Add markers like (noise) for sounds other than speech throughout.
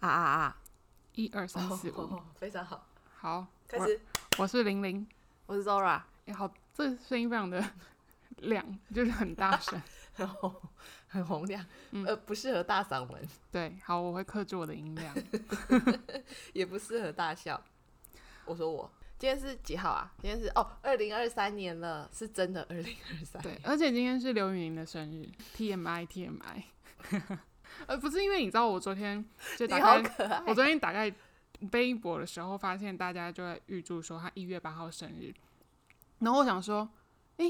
啊啊啊！一二三四五，哦，非常好，好，开始。我。我是玲玲，我是 Zora，哎，好，这声音非常的 (laughs) 亮，就是很 (laughs) 大声。 (laughs) 很洪很洪亮，(laughs) 嗯呃，不适合大嗓门，对，好，我会克制我的音 (laughs) 量。也不适合大笑。我说我今天是几号啊？今天是哦，二零二三年了，是真的二零二三。对，而且今天是刘雨宁的生日，TMI TMI。呃，不是因为你知道，我昨天就你打好开可爱。我昨天打开微博的时候，发现大家就在预祝说他一月八号生日，然后我想说，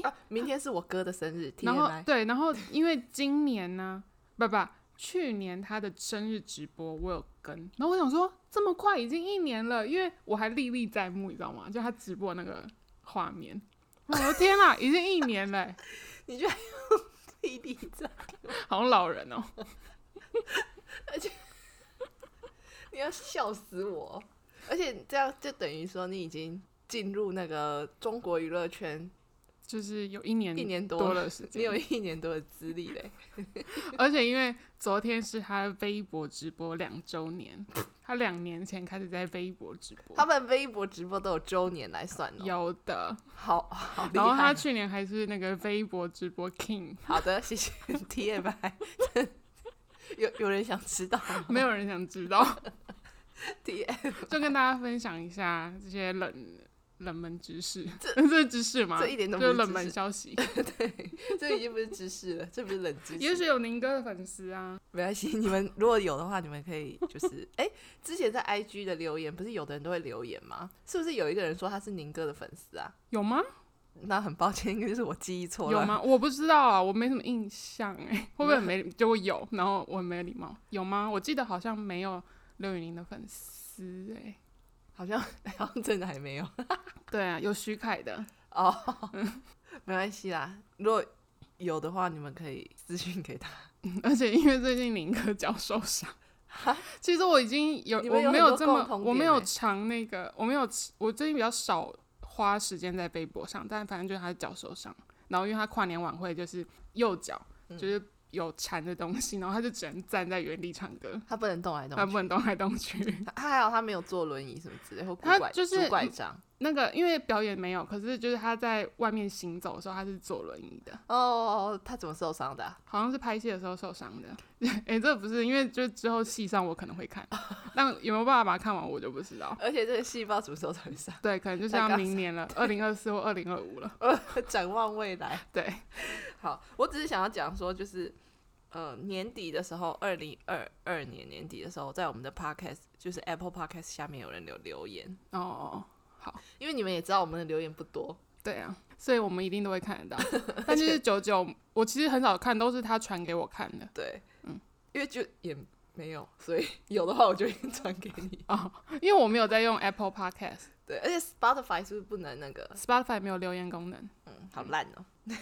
啊，明天是我哥的生 (laughs) 日，然后天对，然后因为今年呢，不不，去年他的生日直播我有跟，然后我想说这么快已经一年了，因为我还历历在目，你知道吗？就他直播那个画面，我的天啦，已经一年了欸、你居然用弟弟在，好像老人哦、你要笑死我！而且这样就等于说你已经进入那个中国娱乐圈就是有一年一年多多了，的时你有间，一年多的资历嘞。而且因为昨天是他微博直播两周年，他两年前开始在微博直播，他们微博直播都有周年来算哦，有的，好好厉然后他害。去年还是那个微博直播 king，好的，谢谢 T M I。有有人想知道吗没有人想知道。 T M 就跟大家分享一下这些冷冷门知识， (laughs) 这是知识吗？这一点都不就是冷知门识 (laughs) 消息，这已经不是知识了，这不是冷知识。也许有宁哥的粉丝啊，没关系，你们如果有的话，你们可以就是 (laughs) 哎、之前在 IG 的留言，不是有的人都会留言吗？是不是有一个人说他是宁哥的粉丝啊？有吗？那很抱歉，应该就是我记忆错了。有？吗？我不知道啊，我没什么印象哎、 (laughs) 会不会很没就我有，然后我很没礼貌，有吗？我记得好像没有刘雨宁的粉丝哎、好像 (laughs) 好像真的还没有对啊，有徐凯的，哦，嗯 (laughs) 没关系啦。如果有的话，你们可以私信给他。嗯而且因为最近宁哥脚受 (laughs) 伤。其实我已经有，你们有我没很多这共么，同我没点有欸常那个，我没有，我最近比较少花时间在微博上，但反正就是他脚受伤，然后因为他跨年晚会就是右脚嗯就是有缠的东西，然后他就只能站在原地唱歌，他不能动来动他去，不能动来动去。 (laughs) 他还好他没有坐轮椅什么之类，或拄他拐就是拄拐杖。那个因为表演没有，可是就是他在外面行走的时候，他是坐轮椅的，哦，他怎么受伤的啊、好像是拍戏的时候受伤的。 (laughs) 哎、这不是因为就之后戏上我可能会看，但有没有办法把它看完我就不知 (laughs) 道。而且这个细胞什么时候才会伤？ (laughs) 对，可能就是大要概明年了，二零二四或二零二五了。展望未来。对，好，我只是想要讲说，就是呃年底的时候，二零二二年年底的时候，在我们的 podcast 就是 Apple Podcast 下面有人留留言，哦，因为你们也知道我们的留言不多，对啊，所以我们一定都会看 (laughs) 得到。但就是九九，我其实很少看，都是他传给我看的。对，嗯，因为就也没有，所以有的话我就已经传给你。哦，因为我没有在用 Apple Podcast、对，而且 Spotify 是不是不能那个？ Spotify 没有留言功能。嗯，好烂哦、 (laughs)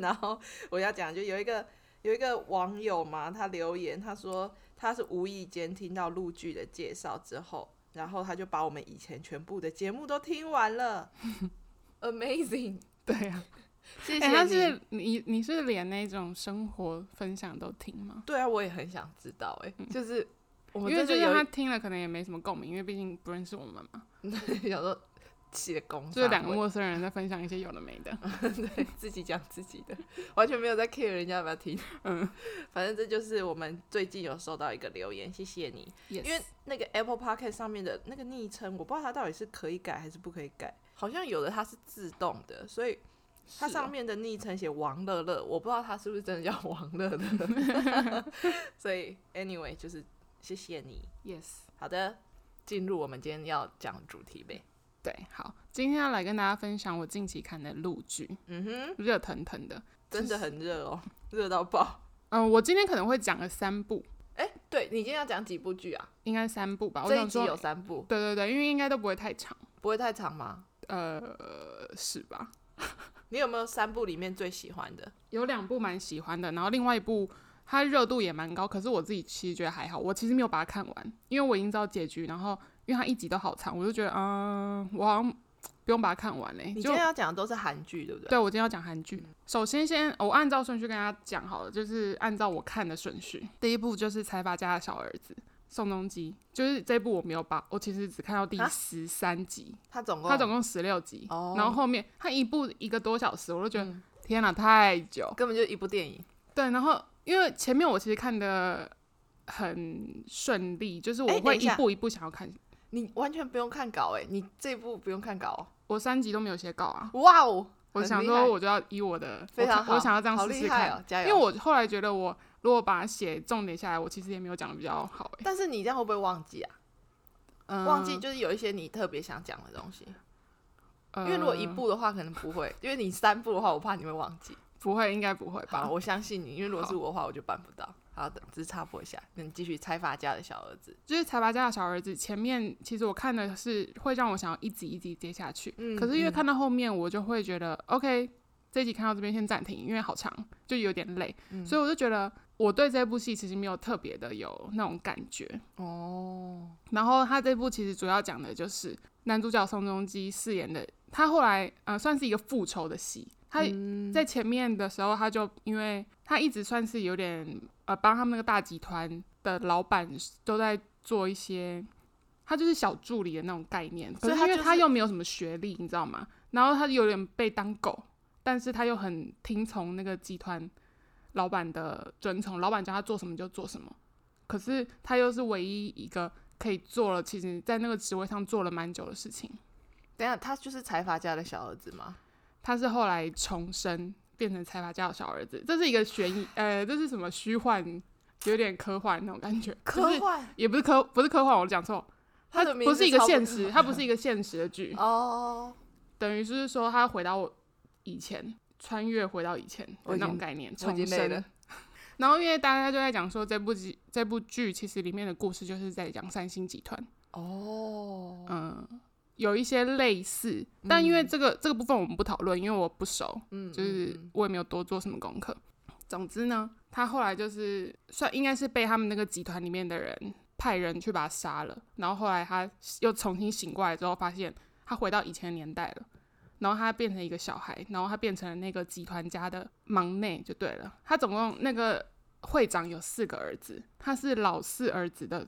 然后我要讲，就有一个有一个网友嘛，他留言他说他是无意间听到陆剧的介绍之后，然后他就把我们以前全部的节目都听完了 (laughs) ，amazing！对啊，谢哎、谢你。他是你你是连那种生活分享都听吗？对啊，我也很想知道哎、就是我嗯因们为真就的是有他听了可能也没什么共鸣，因为毕竟不认识我们嘛，一想说写工，就是两个陌生人在分享一些有的没 (laughs) 的。对自己讲自己的， (laughs) 完全没有在 care 人家要不要听。嗯，反正这就是我们最近有收到一个留言，谢谢你。因因为那个 Apple Podcast 上面的那个昵称，我不知道它到底是可以改还是不可以改，好像有的它是自动的，所以它上面的昵称写王乐乐，我不知道它是不是真的叫王乐乐。 (laughs) 所以 anyway 就是谢谢你。 yes。好的，进入我们今天要讲的主题呗。对，好，今天要来跟大家分享我近期看的陆剧，嗯哼，热腾腾的。真的很热哦，热到爆。嗯、我今天可能会讲个三部，哎、对你今天要讲几部剧啊？应该三部吧。我这一想集说，有三部，对对对，因为应该都不会太长，不会太长吗？呃，是吧？ (laughs) 你有没有三部里面最喜欢的？有两部蛮喜欢的，然后另外一部它热度也蛮高，可是我自己其实觉得还好，我其实没有把它看完，因为我已经知道结局，然后因为它一集都好长，我就觉得，嗯、我好像不用把它看完嘞、欸你今就天要讲的都是韩剧，对不对？对，我今天要讲韩剧。首先先，我按照顺序跟大家讲好了，就是按照我看的顺序。第一部就是《财阀家的小儿子》，宋仲基，就是这部我没有把，我其实只看到第啊十三集，他总共它总共十六集，哦然后后面它一部一个多小时，我就觉得、嗯天哪，太久。根本就一部电影。对，然后因为前面我其实看的很顺利，就是哎我等会一一下步一步想要看，你完全不用看稿哎、你这部不用看稿哦、我三集都没有写稿啊。哇哦！我很想厉说，害我就要以我的，非常我看好，我想要这样好试厉试害看，哦，加因油！为我后来觉得我如果把写重点下来，我其实也没有讲的比较好、欸，但是你这样会不会忘记啊？嗯，忘记就是有一些你特别想讲的东西，呃，因为如果一部的话可能不会，因为你三部的话我怕你会忘记。不会，应该不会好，吧？我相信你，因为如果是好我的话我就办不到。好的，只是插播一下，那你继续财阀家的小儿子，就是财阀家的小儿子，前面其实我看的是会让我想要一集一集接下去，嗯可是因为嗯看到后面，我就会觉得、OK，这一集看到这边先暂停，因为好长，就有点累，嗯所以我就觉得我对这部戏其实没有特别的有那种感觉。哦，然后他这部其实主要讲的就是男主角宋仲基饰演的，他后来呃算是一个复仇的戏，他嗯在前面的时候，他就因为他一直算是有点呃帮他们那个大集团的老板都在做一些，他就是小助理的那种概念，所以可他是因为就是他又没有什么学历，你知道吗？然后他就有点被当狗，但是他又很听从那个集团老板的遵从，老板叫他做什么就做什么。可是他又是唯一一个可以做了，其实在那个职位上做了蛮久的事情。等一下他就是财阀家的小儿子吗？他是后来重生变成财阀家的小儿子，这是一个悬疑，呃，这是什么虚幻，有点科幻那种感觉，就是幻，也不是科，不是科幻，我讲错，他它的名不字是一个超现不 (laughs) 实，它不是一个现实的剧，哦，等于就是说他回到我以前，穿越回到以前我的已那种经概念，哦我已 (laughs) 重经累生了。然后因为大家就在讲说这部剧，这部剧其实里面的故事就是在讲三星集团，哦，嗯。有一些类似，但因为这个、这个部分我们不讨论，因为我不熟，嗯，就是嗯我也没有多做什么功课。总之呢，他后来就是算应该是被他们那个集团里面的人派人去把他杀了，然后后来他又重新醒过来之后，发现他回到以前的年代了。然后他变成一个小孩，然后他变成了那个集团家的忙内就对了。他总共那个会长有四个儿子，他是老四儿子的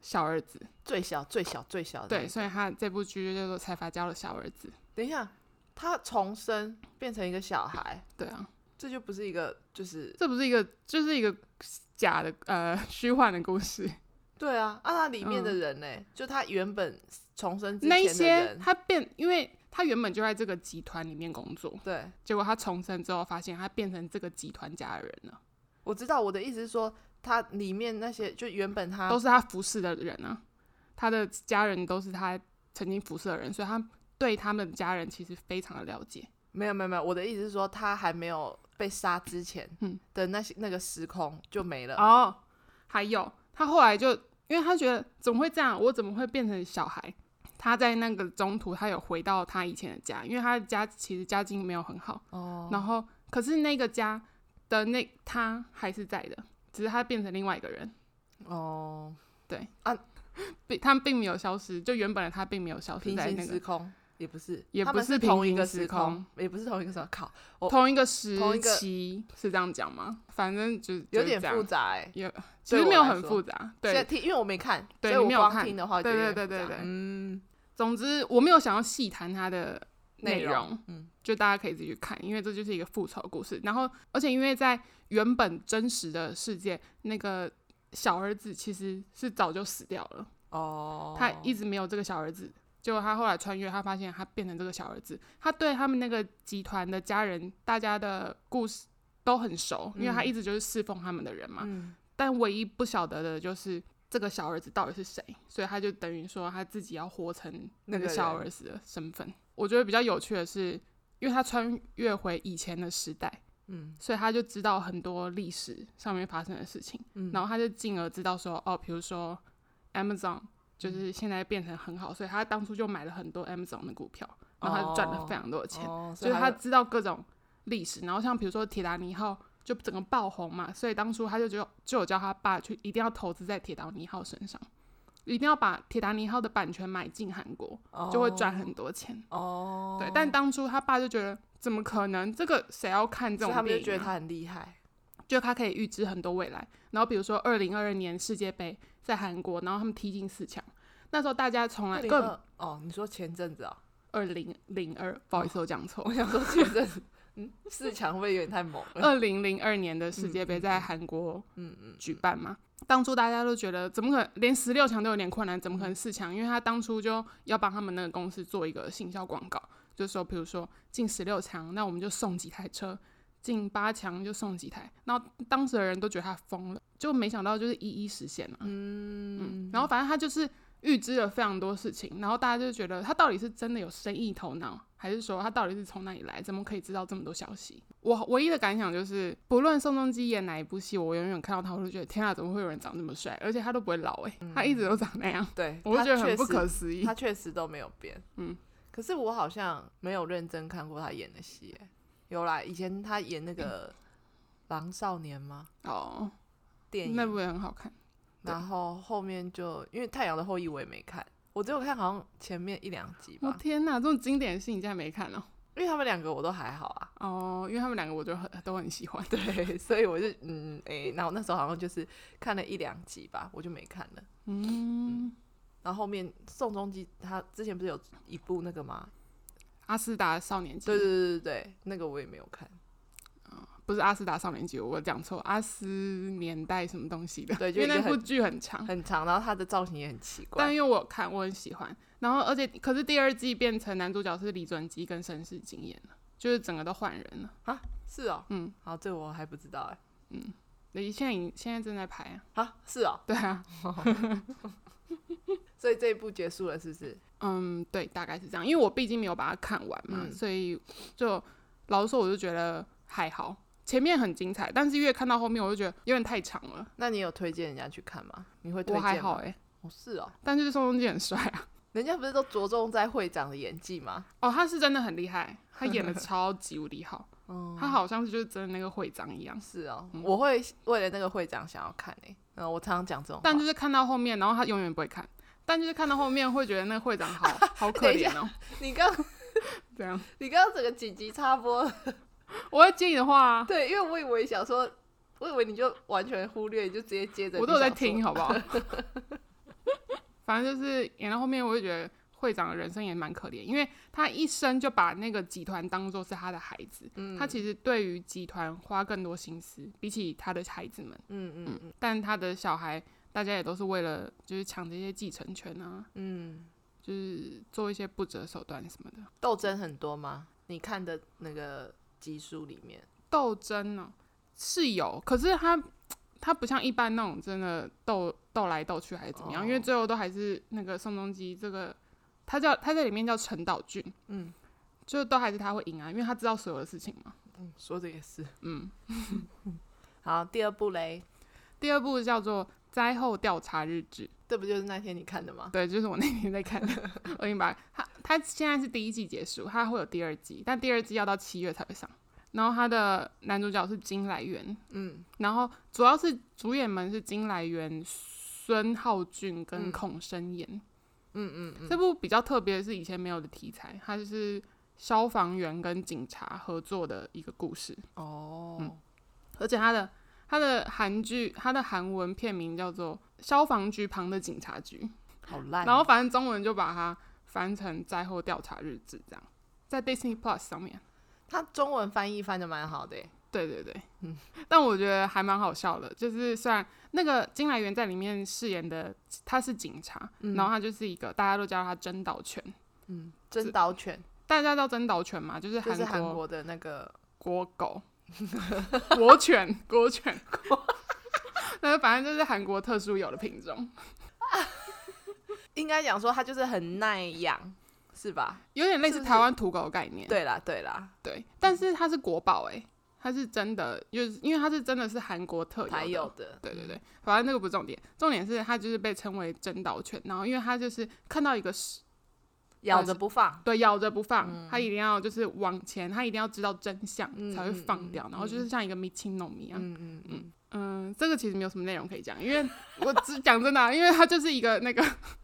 小儿子，最小最小最小的那对，个所以他这部剧就叫做财阀家的小儿子。等一下，他重生变成一个小孩，对啊，这就不是一个，就是这不是一个，就是一个假的呃 (laughs) 虚幻的故事。对啊，啊，他里面的嗯人呢、就他原本重生之那一前的些人，他变，因为他原本就在这个集团里面工作，对，结果他重生之后发现他变成这个集团家的人了，我知道我的意思是说，他里面那些就原本他都是他服侍的人啊，他的家人都是他曾经服侍的人，所以他对他们家人其实非常的了解。没有没有没有，我的意思是说他还没有被杀之前嗯的那些、那个时空就没了，哦，还有他后来就因为他觉得怎么会这样，我怎么会变成小孩？他在那个中途，他有回到他以前的家，因为他的家其实家境没有很好，哦，然后可是那个家的那他还是在的，只是他变成另外一个人，哦，并他们并没有消失，就原本的他并没有消哦失平在行那时个空也不是，也他不们是是平同一行个时时空，也不是同一个时空，靠，我同一个时哦同一个期，是这样讲吗？反正就有点复，就是这样杂哎、欸。也其对实我没有来很说复杂，现在对。听，因为我没看，对所以你我没有光看听的话，对对对对对嗯，总之我没有想要细谈它的内内容容，嗯，就大家可以自己去看，因为这就是一个复仇故事。然后，而且因为在原本真实的世界，那个小儿子其实是早就死掉了。哦，他一直没有这个小儿子，结果他后来穿越，他发现他变成这个小儿子。他对他们那个集团的家人，大家的故事都很熟，因为他嗯一直就是侍奉他们的人嘛。嗯，但唯一不晓得的就是这个小儿子到底是谁，所以他就等于说他自己要活成那那个个小人儿子的身份。我觉得比较有趣的是，因为他穿越回以前的时代，嗯所以他就知道很多历史上面发生的事情，嗯然后他就进而知道说，哦，比如说 Amazon 嗯就是现在变成很好，所以他当初就买了很多 Amazon 的股票，然后他就赚了非常多的钱，哦，就是他他知道各种历史，然后像比如说铁达尼号就整个爆红嘛，所以当初他就就就有叫他爸去一定要投资在铁达尼号身上，一定要把铁达尼号的版权买进韩国，就会赚很多钱。哦，对，但当初他爸就觉得怎么可能？这个谁要看这所以种他们电就觉得影啊他很厉害，就他可以预知很多未来。然后比如说二零二二年世界杯，在韩国，然后他们踢进四强。那时候大家从来2022嗯更哦，你说前阵子啊、 (laughs) 二零零二，不好意思，我讲错我，想说前阵子，嗯，四强会不会有点太猛了？ (laughs) 二零零二年的世界杯在韩国嗯嗯，举办嘛。当初大家都觉得怎么可能连十六强都有点困难，怎么可能四强？因为他当初就要帮他们那个公司做一个行销广告，就说比如说进十六强，那我们就送几台车；进八强就送几台。然后当时的人都觉得他疯了，就没想到就是一一实现了、啊嗯然后反正他就是预知了非常多事情，然后大家就觉得他到底是真的有生意头脑，还是说他到底是从哪里来？怎么可以知道这么多消息？我唯一的感想就是，不论宋仲基演哪一部戏，我永远看到他，我就觉得天啊，怎么会有人长这么帅？而且他都不会老诶、他一直都长那样，对，我就他觉得很确不实可思议他。确实都没有变。嗯，可是我好像没有认真看过他演的戏耶，有啦，以前他演那个《狼少年》吗？哦，电 (laughs) 那影，部也很好看。对然后后面就因为《太阳的后裔》我也没看，我只有看好像前面一两集我吧，天哪，这种经典的戏你竟然没看哦？因为他们两个我都还好啊， (laughs) 哦，因为他们两个我就很都很喜欢。对，所以我就嗯诶，那、我那时候好像就是看了一两集吧，我就没看了。嗯，然后后面宋仲基他之前不是有一部那个吗？阿斯达少年记，对对对对对，那个我也没有看。不是阿斯达少年记，我讲错，阿斯年代什么东西的？对因就为一那个部很剧很长，很长，然后他的造型也很奇嗯但怪。因为我有看，我很喜欢。然后而且可是第二季变成男主角是李准基跟绅士经验了，就是整个都换人了。是哦，嗯，好，这我还不知道哎、你现在已现在正在拍啊？啊，是哦，对啊， (laughs) 所以这一部结束了，是不是？嗯，对，大概是这样。因为我毕竟没有把它看完嘛，嗯所以就老实说，我就觉得还好。前面很精彩，但是越看到后面，我就觉得有点太长了。那你有推荐人家去看吗？你会推我荐吗？还好哎、哦，是哦，但是宋仲基很帅啊。人家不是都着重在会长的演技吗？哦，他是真的很厉害，他演 (laughs) 的超级无敌好。嗯，他好像是就是真的那个会长一样，是哦，嗯我会为了那个会长想要看哎、嗯，我常常讲这种话。但就是看到后面，然后他永远不会看。但就是看到后面会觉得那个会长 (laughs) 好好可等一怜下哦，你刚这样。你刚刚整个几集插播 (laughs) 了，我会接你的话 (laughs) 啊，对，因为我以为想说，我以为你就完全忽略，你就直接接着。我都有在听，。哦好 (laughs) 不好？反正就是演到后面，我就觉得会长的人生也蛮可怜，因为他一生就把那个集团当做是他的孩子，嗯他其实对于集团花更多心思，比起他的孩子们。嗯嗯嗯但他的小孩，大家也都是为了就是抢这些继承权啊，嗯，就是做一些不择手段什么的。斗争很多吗？你看的那个集数里面，斗争呢、是有，可是他他不像一般那种真的斗斗来斗去还是怎么样，哦因为最后都还是那个宋仲基这个，他叫他在里面叫陈岛俊，嗯，就都还是他会赢啊，因为他知道所有的事情嘛。嗯，说的也是。嗯， (laughs) 好，第二部嘞，第二部叫做《灾后调查日志》，这不就是那天你看的吗？对，就是我那天在看的，我已经把它，它现在是第一季结束，它会有第二季，但第二季要到七月才会上。然后它的男主角是金来源，嗯，然后主要是主演们是金来源、孙浩俊跟嗯孔生妍。嗯嗯嗯，这部比较特别的是以前没有的题材，它就是消防员跟警察合作的一个故事，嗯哦，而且它的它的韩剧它的韩文片名叫做《消防局旁的警察局》，好烂哦。然后反正中文就把它翻成《灾后调查日志》这样，在 Disney Plus 上面。他中文翻译翻的蛮好的耶，对对对，但我觉得还蛮好笑的，就是虽然那个金来源在里面饰演的他是警察，然后他就是一个大家都叫他真岛犬，嗯，真刀犬大家叫真岛犬嘛，就是就韩是韩国国的那个，国 (laughs) 狗、国犬、国犬、国，那 (laughs) 反正就是韩国特殊有的品种，应该讲说他就是很耐养，是吧？有点类似是不是台湾土狗的概念。对啦，对啦，对，但是它是国宝哎、它是真的，就是因为它是真的是韩国特才有有的的，嗯对对对，反正那个不是重点，重点是它就是被称为真岛犬，然后因为它就是看到一个事，咬着不放，对，咬着不放，它、一定要就是往前，它一定要知道真相、才会放掉，然后就是像一个米奇农一样。嗯嗯嗯，嗯，这个其实没有什么内容可以讲，因为我只讲真的啊、因为它就是一个那个，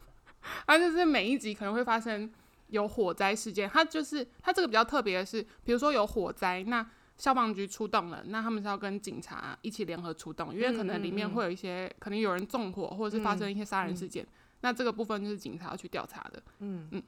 (laughs) 它就是每一集可能会发生有火灾事件，它就是它这个比较特别的是，比如说有火灾，那消防局出动了，那他们是要跟警察一起联合出动，因为可能里面会有一些，可能有人纵火或者是发生一些杀人事件，那这个部分就是警察要去调查的。嗯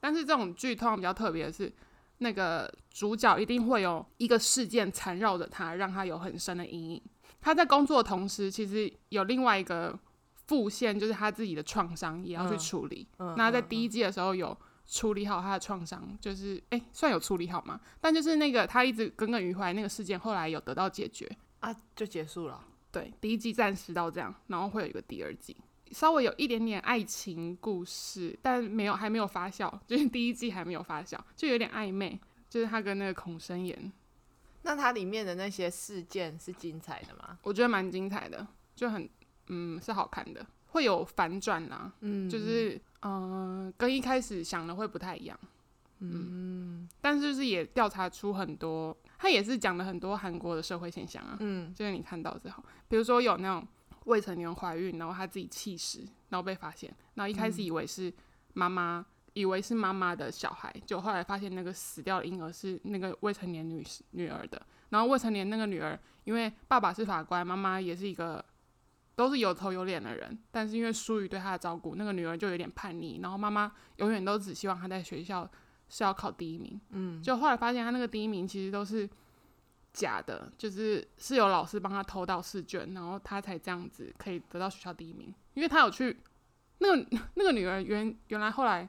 但是这种剧通常比较特别的是，那个主角一定会有一个事件缠绕着他，让他有很深的阴影。他在工作的同时，其实有另外一个副线，就是他自己的创伤也要去嗯处理。嗯，那在一第一季的时候有处理好他的创伤，就是哎、算有处理好嘛？但就是那个他一直耿耿于怀那个事件，后来有得到解决。啊就结束了，对，第一季暂时到这样，然后会有一个第二季，稍微有一点点爱情故事，但没有还没有发酵，就是第一季还没有发酵，就有点暧昧，就是他跟那个孔生妍，那它里面的那些事件是精彩的吗？我觉得蛮精彩的，就很嗯是好看的，会有反转啦，嗯就是嗯、呃跟一开始想的会不太一样，嗯，但是就是也调查出很多，他也是讲了很多韩国的社会现象啊，嗯就是你看到之后，比如说有那种未成年怀孕，然后她自己弃尸，然后被发现，然后一开始以为是妈妈，以为是妈妈的小孩，就后来发现那个死掉的婴儿是那个未成年女女儿的，然后未成年那个女儿，因为爸爸是法官，妈妈也是一个。都是有头有脸的人，但是因为疏于对她的照顾，那个女儿就有点叛逆，然后妈妈永远都只希望她在学校是要考第一名，嗯就后来发现他那个第一名其实都是假的，就是是有老师帮他偷到试卷，然后他才这样子可以得到学校第一名。因为他有去那个 (laughs) 那个女儿原原来后来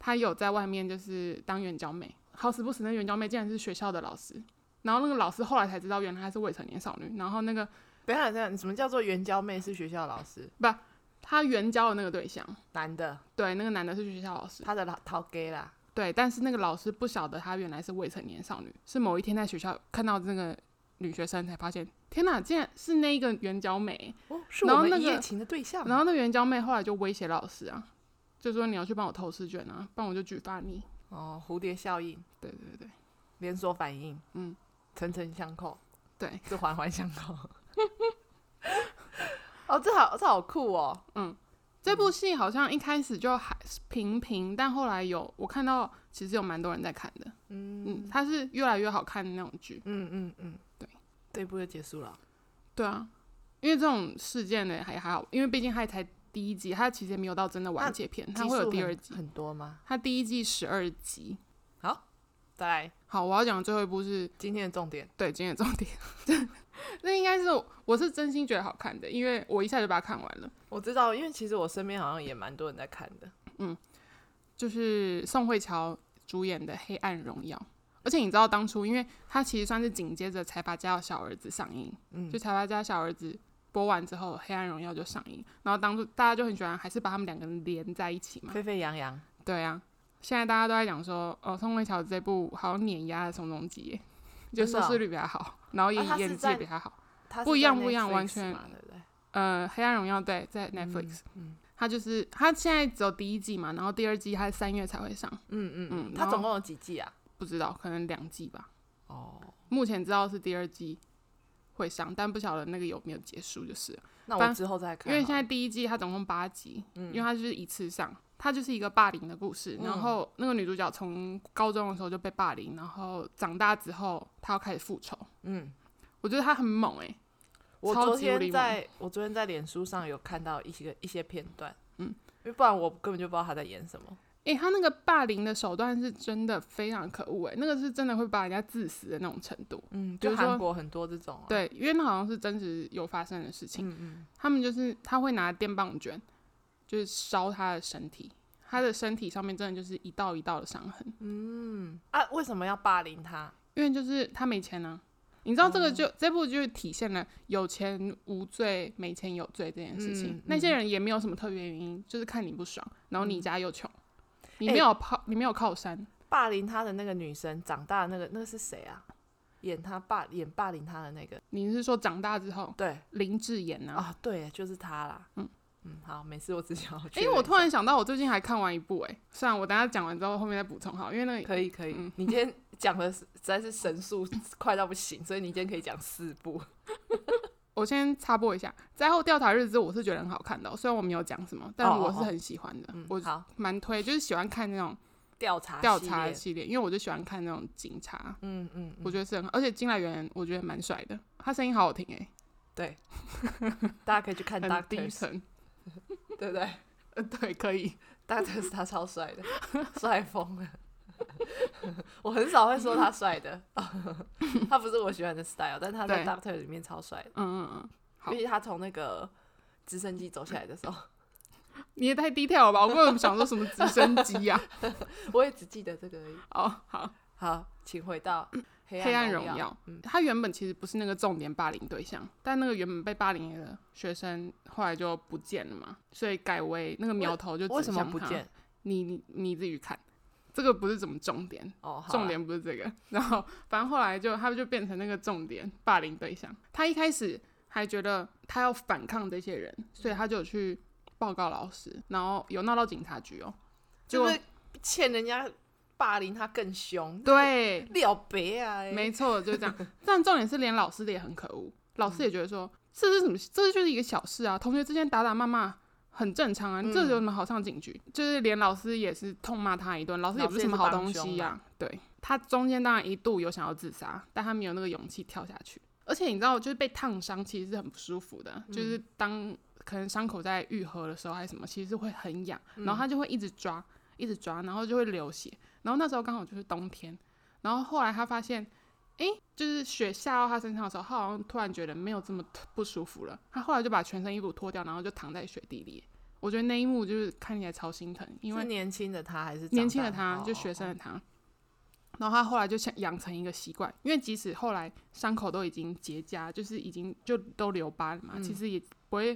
她有在外面就是当援交妹，好死不死那援交妹竟然是学校的老师，然后那个老师后来才知道原来她是未成年少女，然后那个等一下等一下，什么叫做援交妹是学校老师？她援交的那个对象，男的，对，那个男的是学校老师，他的老陶 gay 啦，对，但是那个老师不晓得她原来是未成年少女，是某一天在学校看到这个女学生才发现，天哪，竟然是那一个援交妹。哦，是然我后们那一夜个情的对象。然后那个援交妹后来就威胁老师啊，就说你要去帮我投试卷啊，不然我就举发你。哦，蝴蝶效应，对对对，连锁反应，嗯，层层相扣，对，是环环相 (laughs) 扣。哦，这好，这好酷哦！这嗯部戏好像一开始就还是平平，但后来有我看到其实有蛮多人在看的，嗯，它是越来越好看的那种剧。嗯嗯嗯，对，这一部就结束了。对啊，因为这种事件呢还还好，因为毕竟它才第一集，它其实也没有到真的完那结篇，集嗯它会有数第很二集。很多吗？它第一季十二集。好，再来好，我要讲的最后一部是今天的重点。对今天的重点， (laughs) 那应该是我我是真心觉得好看的，因为我一下就把它看完了。我知道，因为其实我身边好像也蛮多人在看的。就是宋慧乔主演的《黑暗荣耀》，而且你知道当初，因为它其实算是紧接着《财阀家的小儿子》上映，嗯就《财阀家小儿子》播完之后，《黑暗荣耀》就上映，然后当初大家就很喜欢，还是把他们两个人连在一起嘛。沸沸扬扬，对啊，现在大家都在讲说，哦，宋慧乔这部好像碾压了宋仲基耶，就真的收哦视率比较好，然后也啊它是演技在比较好。它是不一样在不一样 Netflix 完全嘛对不对？呃，《黑暗荣耀》对，在 Netflix，、嗯它就是它现在只有第一季嘛，然后第二季它三月才会上，嗯嗯嗯，嗯它然总共后有几季啊？不知道可能两季吧。哦，目前知道是第二季会上，但不晓得那个有没有结束，就是了那我反正之后再看因好了。为现在第一季它总共八集，因为它就是一次上，它就是一个霸凌的故事。嗯然后那个女主角从高中的时候就被霸凌，然后长大之后她要开始复仇。嗯，我觉得她很猛欸诶、我超昨级无天敌在我昨天在脸书上有看到一些一些片段，嗯，因为不然我根本就不知道他在演什么。诶、他那个霸凌的手段是真的非常可恶诶、欸那个是真的会把人家致死的那种程度。嗯，比就如说韩国很多这种、啊，，对，因为那好像是真实有发生的事情。嗯嗯，他们就是他会拿电棒卷，就是烧他的身体，他的身体上面真的就是一道一道的伤痕，啊，为什么要霸凌他？因为就是他没钱啊。你知道这个哦就、这部就是体现了有钱无罪，没钱有罪这件事情。嗯那些人也没有什么特别原因，就是看你不爽，然后你家又穷，你哎没有靠，你没有靠山，霸凌他的那个女生长大的那个那个是谁啊？演他霸演霸凌他的那个，你是说长大之后对林志妍啊？啊，对，就是他啦。嗯嗯，好，没事，我只想要确哎、认一下。我突然想到，我最近还看完一部、哎，虽然我等一下讲完之后后面再补充好，因为那个可以可以，嗯你今天讲的实在是神速快到不行，所以你今天可以讲四部。我先插播一下，《灾后调查日志》我是觉得很好看的哦、虽然我没有讲什么，但哦哦我是很喜欢的，嗯，我好，蛮推，就是喜欢看那种调查调系查列系列，因为我就喜欢看那种警察，嗯嗯，我嗯觉得是很好，而且金来源我觉得蛮帅的，他声音好好听哎、对，大家可以去看很低 Doctors， (laughs) 沉，对不对呃，对，可以， ？Doctors 他超帅的， (laughs) 帅疯了。我很少会说他帅的， (laughs) 他不是我喜欢的 style，但他在对 Doctor 里面超帅的，嗯嗯嗯，好尤其他从那个直升机走下来的时候， (laughs) 你也太低调了吧？我为什么想说什么直升 (laughs) 机呀、我也只记得这个而已。哦，好，好，请回到黑嗯黑暗暗荣荣耀。耀嗯，他原本其实不是那个重点霸凌对象，但那个原本被霸凌的学生后来就不见了嘛，所以改为那个苗头就为指什么向不他见？你你你自己看，这个不是怎么重点，哦，好啦重点不是这个。然后反正后来就他们就变成那个重点霸凌对象。他一开始还觉得他要反抗这些人，所以他就有去报告老师，然后有闹到警察局哦。结就果是欠人家霸凌他更凶，对，了别啊、欸，没错，就是这样。但重点是，连老师的也很可恶，老师也觉得说、这是什么，这就是一个小事啊，同学之间打打骂骂。很正常啊，嗯这有什么好上警局？就是连老师也是痛骂他一顿，老师也不是什么好东西呀、啊对他中间当然一度有想要自杀，但他没有那个勇气跳下去。而且你知道，就是被烫伤其实是很不舒服的，就是当可能伤口在愈合的时候还是什么，其实会很痒，嗯然后他就会一直抓，一直抓，然后就会流血。然后那时候刚好就是冬天，然后后来他发现，诶，就是雪下到他身上的时候，他好像突然觉得没有这么不舒服了。他后来就把全身衣服脱掉，然后就躺在雪地里。我觉得那一幕就是看起来超心疼，因为是年轻的他还是长大年轻的他哦就学生哦的他，然后他后来就想养成一个习惯，因为即使后来伤口都已经结痂，就是已经就都留疤了嘛，嗯其实也不会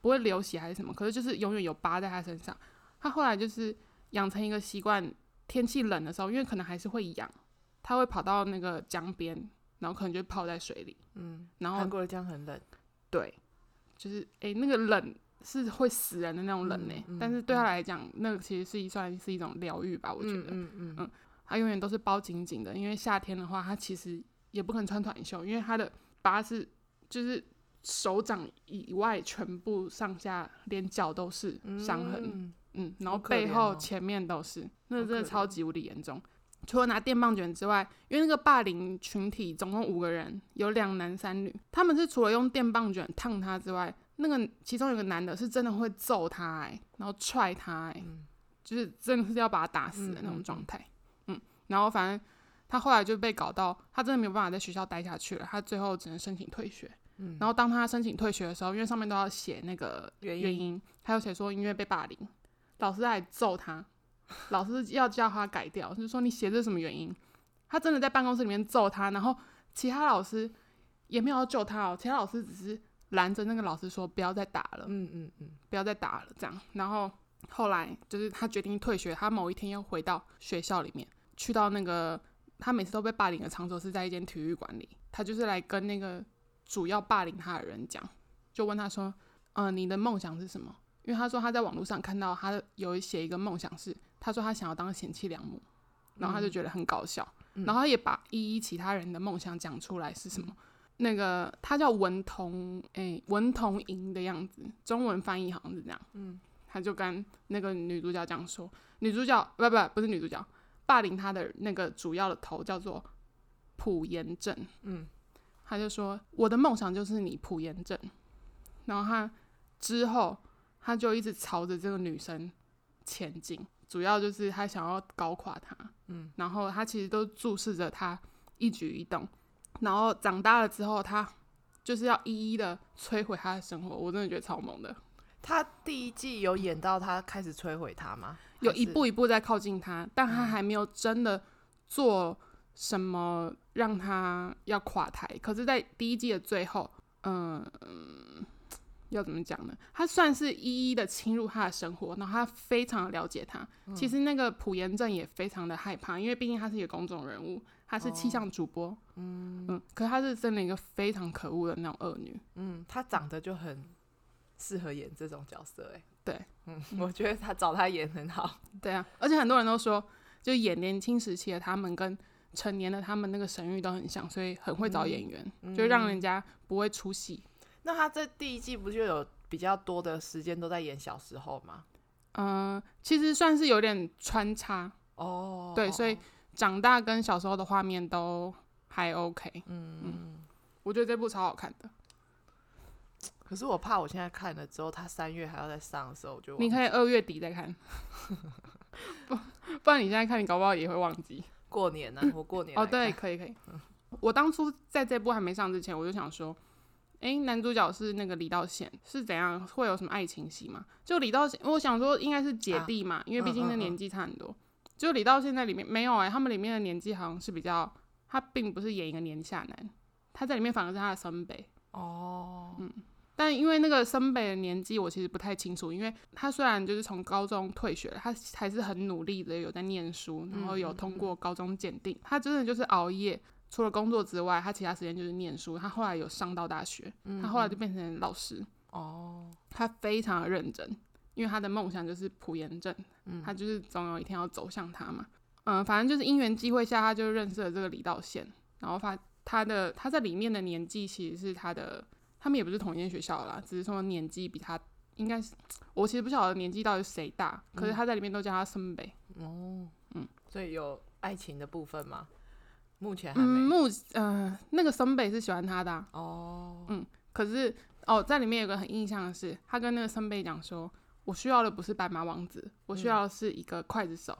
不会流血还是什么，可是就是永远有疤在他身上。他后来就是养成一个习惯，天气冷的时候，因为可能还是会痒，他会跑到那个江边，然后可能就泡在水里，嗯，然后韩国的这样很冷，对，就是诶、那个冷是会死人的那种冷呢、嗯嗯但是对他嗯来讲，那个其实是一算是一种疗愈吧，我觉得。嗯嗯嗯嗯他永远都是包紧紧的，因为夏天的话，他其实也不可能穿短袖，因为他的疤是就是手掌以外全部上下连脚都是嗯，伤痕，嗯嗯然后好可怜背后哦前面都是，那好真的可怜超级无敌严重。除了拿电棒卷之外，因为那个霸凌群体总共五个人，有两男三女，他们是除了用电棒卷烫他之外，那个其中有个男的是真的会揍他、欸，然后踹他、欸，嗯就是真的是要把他打死的那嗯嗯种嗯状态。嗯然后反正他后来就被搞到，他真的没有办法在学校待下去了，他最后只能申请退学。嗯然后当他申请退学的时候，因为上面都要写那个原因原因，还有写说因为被霸凌，老师还揍他，老师要叫他改掉，就是说你写这是什么原因？他真的在办公室里面揍他，然后其他老师也没有要救他哦，其他老师只是拦着那个老师说不要再打了。嗯嗯嗯，不要再打了，这样。然后后来就是他决定退学，他某一天又回到学校里面，去到那个他每次都被霸凌的场所是在一间体育馆里，他就是来跟那个主要霸凌他的人讲，就问他说：“嗯、你的梦想是什么？”因为他说他在网络上看到他有写一个梦想是，他说他想要当贤妻良母，然后他就觉得很搞笑，嗯然后他也把一一其他人的梦想讲出来是什么。那个他叫文童，诶、文童莹的样子，中文翻译好像是这样。嗯，他就跟那个女主角这样说，女主角不不不是女主角，霸凌他的那个主要的头叫做朴妍正，嗯，他就说我的梦想就是你朴妍正，然后他之后他就一直朝着这个女生前进，主要就是他想要搞垮她，嗯，然后他其实都注视着她一举一动，然后长大了之后，他就是要一一的摧毁她的生活，我真的觉得超萌的。他第一季有演到他开始摧毁他吗？有还一是步一步在靠近他，但他嗯还没有真的做什么让他要垮台。可是，在第一季的最后，嗯、嗯要怎么讲呢？他算是一一的侵入他的生活，然后他非常的了解他。嗯其实那个朴妍正也非常的害怕，因为毕竟他是一个公众人物，他是哦气象主播，嗯嗯，可是他是真的一个非常可恶的那种恶女。嗯，他长得就很适合演这种角色、哎，对，嗯， (laughs) 我觉得他找他演很好，对啊，而且很多人都说，就演年轻时期的他们跟成年的他们那个神韵都很像，所以很会找演员，嗯就让人家不会出戏。那他这第一季不就有比较多的时间都在演小时候吗？嗯、其实算是有点穿插，哦，对，所以长大跟小时候的画面都还 OK。嗯，我觉得这部超好看的，哦可是我怕我现在看了之后，它三月还要再上的时候，我就忘你可以二月底再看， (laughs) 不不然你现在看，你搞不好也会忘记。过年呢、我过年哦，来看对，，可以可以。我当初在这部还没上之前，我就想说，诶，男主角是那个李道宪，是怎样会有什么爱情戏嘛？就李道宪，我想说应该是姐弟嘛，因为毕竟那啊嗯嗯嗯年纪差很多。就李道宪在里面没有诶，他们里面的年纪好像是比较，他并不是演一个年下男，他在里面反而是他的森北。哦，但因为那个森北的年纪，我其实不太清楚，因为他虽然就是从高中退学了，他还是很努力的有在念书，然后有通过高中检定，他真的就是熬夜。除了工作之外，他其他时间就是念书。他后来有上到大学，嗯他后来就变成老师，哦，他非常的认真，因为他的梦想就是普研证，嗯他就是总有一天要走向他嘛。嗯，反正就是因缘机会下，他就认识了这个李道宪，然后发他的他在里面的年纪其实是他的，他们也不是同一间学校啦，只是说年纪比他应该是，我其实不晓得年纪到底是谁大，可是他在里面都叫他森北。哦，嗯，所以有爱情的部分吗？目前还嗯，没。目呃那个森北是喜欢他的啊、哦，可是哦，在里面有个很印象的是，他跟那个森贝讲说：“我需要的不是白马王子，我需要的是一个刽子手，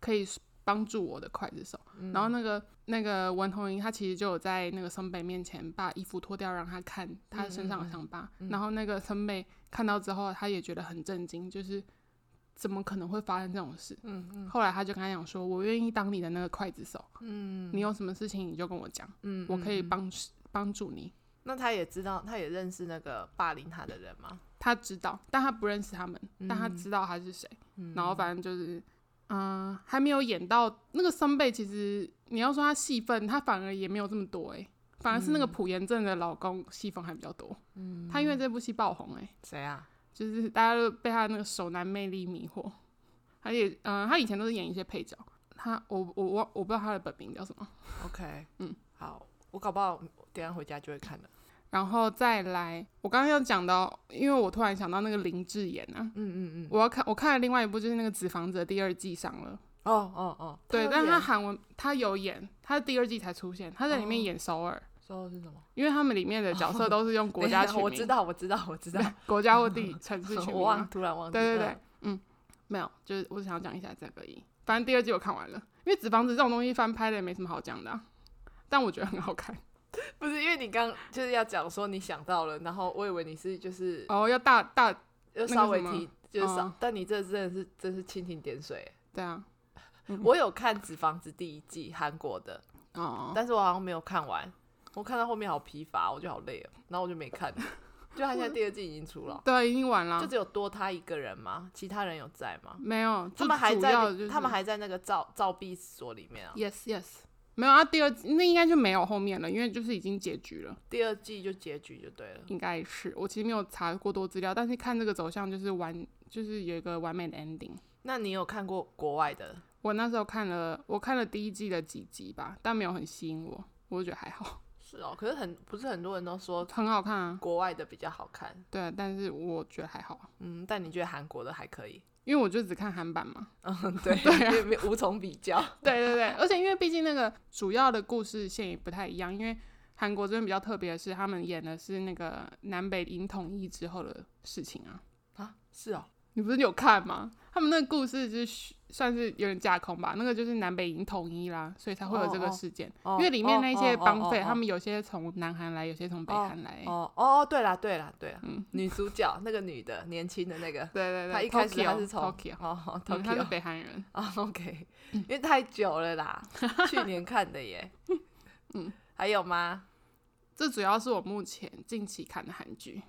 可以帮助我的刽子手。嗯然后那个那个文童莹，他其实就有在那个森贝面前把衣服脱掉，让他看他身嗯上的伤疤。然后那个森贝看到之后，他也觉得很震惊，就是怎么可能会发生这种事？嗯嗯后来他就跟他讲说：“我愿意当你的那个刽子手，嗯你有什么事情你就跟我讲，嗯我可以。嗯嗯帮帮助你。”那他也知道，他也认识那个霸凌他的人吗？他知道，但他不认识他们，但他嗯知道他是谁。嗯然后反正就是，嗯、还没有演到那个森贝。其实你要说他戏份，他反而也没有这么多诶、反而是那个朴妍正的老公戏份还比较多。嗯他因为这部戏爆红诶、谁啊？就是大家都被他那个熟男魅力迷惑。他也，嗯、他以前都是演一些配角。他，我我我我不知道他的本名叫什么。 OK，嗯，好，我搞不好等一下回家就会看的。然后再来，我刚刚要讲到，因为我突然想到那个林志妍啊，嗯嗯嗯。我要看，我看了另外一部就是那个《纸房子》的第二季上了。哦哦哦，对，有但他演韩文他有演，他第二季才出现，他在里面哦演首尔，说是什么？因为他们里面的角色都 (laughs) 是用国等一下家取名，我知道，我知道，我知 (laughs) 道对，国家或地城 (laughs) 市取名我忘，嘛。突然忘记。对对对，嗯，没有，就是我只想讲一下这个而已。反正第二季我看完了，因为《纸房子》这种东西翻拍的也没什么好讲的啊、但我觉得很好看。嗯，不是因为你刚就是要讲说你想到了，然后我以为你是就是哦，要大大又个稍微什么提，就是少，嗯但你这真的是真是蜻蜓点水。欸对啊，我有看《纸房子》第一季韩国的，哦，但是我好像没有看完，我看到后面好疲乏，我就好累哦，然后我就没看了。就他现在第二季已经出 (laughs) 了，对，已经完就了，只有多他一个人吗？其他人有在吗？没有，他就们还主在要里，就是他们还在那个造造币所里面啊。 yes yes，没有啊，第二季那应该就没有后面了，因为就是已经结局了。第二季就结局就对了。应该是我其实没有查过多资料，但是看这个走向就是完，就是有一个完美的 ending。那你有看过国外的？我那时候看了，我看了第一季的几集吧，但没有很吸引我，我就觉得还好，是哦，可是很不是很多人都说很好看啊，国外的比较好看，对啊，但是我觉得还好，啊嗯，但你觉得韩国的还可以？因为我就只看韩版嘛。嗯， (laughs) 对，因为无从比较。对对对，而且因为毕竟那个主要的故事线也不太一样，因为韩国这边比较特别的是，他们演的是那个南北营统一之后的事情啊。啊，是哦，你不是有看吗？他们那个故事就是虚算是有点架空吧，那个就是南北营统一啦，所以才会有这个事件。哦因为里面那些帮匪，他们们有些从南韩来，有些从北韩来。哦哦，对啦对啦对啦，嗯女主角那个女的，年轻的那个，对对对，她一开始 Tokyo，她是从 Tokyo，哦哦嗯他是 Tokyo 北嗯韩人。啊，OK，因为太久了 (laughs) 啦，去年看的耶。嗯，还有吗？这主要是我目前近期看的韩剧，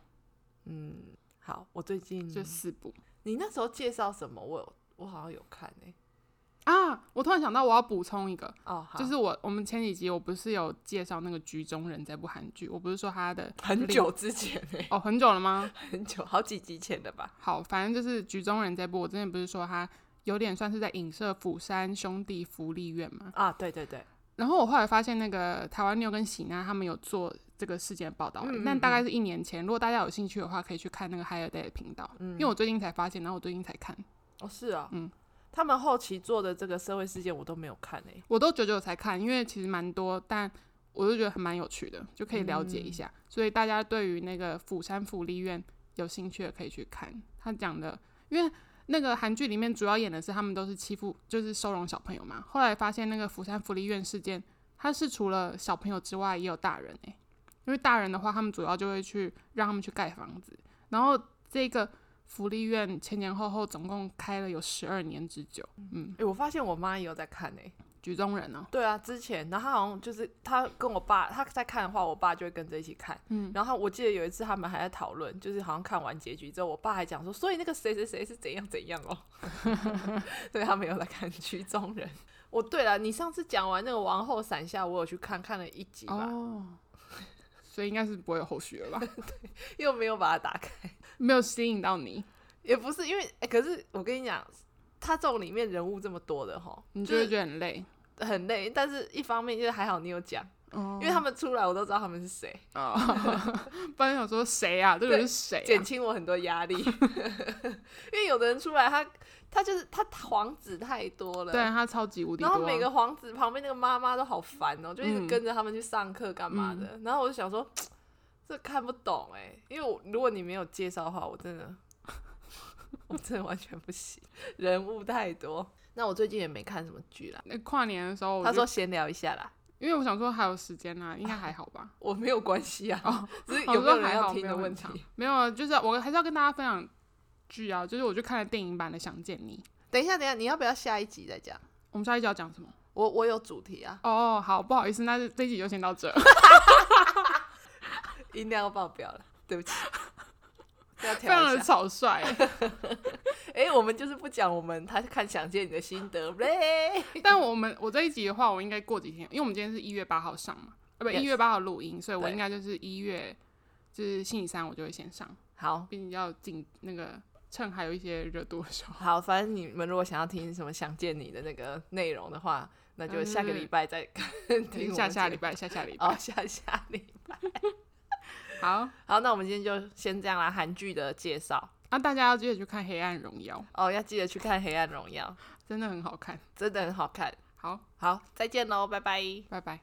嗯，好，我最近就四部你那时候介绍什么？我有我好像有看诶。啊。我突然想到，我要补充一个，哦，好就是我我们前几集我不是有介绍那个《局中人》这部韩剧，我不是说他的很久欸之前诶，哦很久了吗？ (laughs) 很久，好几集前的吧？好，反正就是《局中人》这部，我之前不是说他有点算是在影射釜山兄弟福利院嘛。啊，对对对，然后我后来发现，那个台湾妞跟喜娜他们有做这个事件的报道、欸嗯嗯但大概是一年前。如果大家有兴嗯趣的话，可以去看那个 Higher Day 的频道、因为我最近才发现，然后我最近才看。哦是哦，嗯，他们后期做的这个社会事件我都没有看欸诶、我都久久才看，因为其实蛮多，但我就觉得还蛮有趣的，就可以了解一下。所以大家对于那个釜山福利院有兴趣的可以去看。他讲的，因为那个韩剧里面主要演的是他们都是欺负，就是收容小朋友嘛。后来发现那个釜山福利院事件，它是除了小朋友之外也有大人诶、因为大人的话，他们主要就会去让他们去盖房子，然后这个福利院前前后后总共开了有十二年之久，嗯，欸我发现我妈也有在看诶、举中人哦、对啊，之前，然后他好像就是他跟我爸，他在看的话，我爸就会跟着一起看。嗯，然后我记得有一次他们还在讨论，就是好像看完结局之后，我爸还讲说，所以那个谁谁谁是怎样怎样哦。 (laughs) 对他没有来看剧中人。我对了，你上次讲完那个王后伞下，我有去看看了一集吧，哦， (laughs) 所以应该是不会有后续了吧？ (laughs) 又没有把它打开，没有吸引到你，也不是因为，欸可是我跟你讲，他这种里面人物这么多的哈，你就就会是觉得很累。很累，但是一方面就是还好你有讲，哦因为他们出来我都知道他们是谁， (laughs) 哦，不然想说谁啊？这个人是谁、减啊？轻我很多压力， (laughs) 因为有的人出来他他就是他皇子太多了，对，他超级无敌然多啊、后每个皇子旁边那个妈妈都好烦哦、就一直嗯跟着他们去上课干嘛的，然后我就想说这看不懂哎、因为我如果你没有介绍的话，我真的 (laughs) 我真的完全不行，人物太多。那我最近也没看什么剧啦，那跨年的时哦候我就，他说闲聊一下啦。因为我想说还有时间啊，应该还好吧。我没有关系啊，哦只是我 (laughs) 有没有说人还要好，听没的有问很题长。没有啊，就是我还是要跟大家分享剧啊，就是我去看了电影版的《想见你》。等一下，等一下，你要不要下一集再讲？我们下一集要讲什么？我我有主题啊，哦，好，不好意思，那就这一集就先到这。音量要爆表了，对 (laughs) 不起，要 (laughs) 非调常一下。的草率，啊哎、我们就是不讲我们他看《想见你的心得》嘞。 (laughs) 但我们我这一集的话，我应该过几天，因为我们今天是一月八号上嘛，啊不， Yes 一月八号录音，所以我对应该就是一月就是星期三我就会先上，好毕竟要进那个趁还有一些热度 (laughs) 的时候。好，反正你们如果想要听什么《想见你》的那个内容的话，那就下个礼拜再看听 (laughs) 听我下们哦下节礼目拜，下下礼拜。哦，下下礼拜。好，好，那我们今天就先这样啦，韩剧的介绍那、大家要记得去看《黑暗荣耀哦，要记得去看《黑暗荣耀》，》，真的很好看。真的很好看。好，好，再见喽，拜拜。拜拜。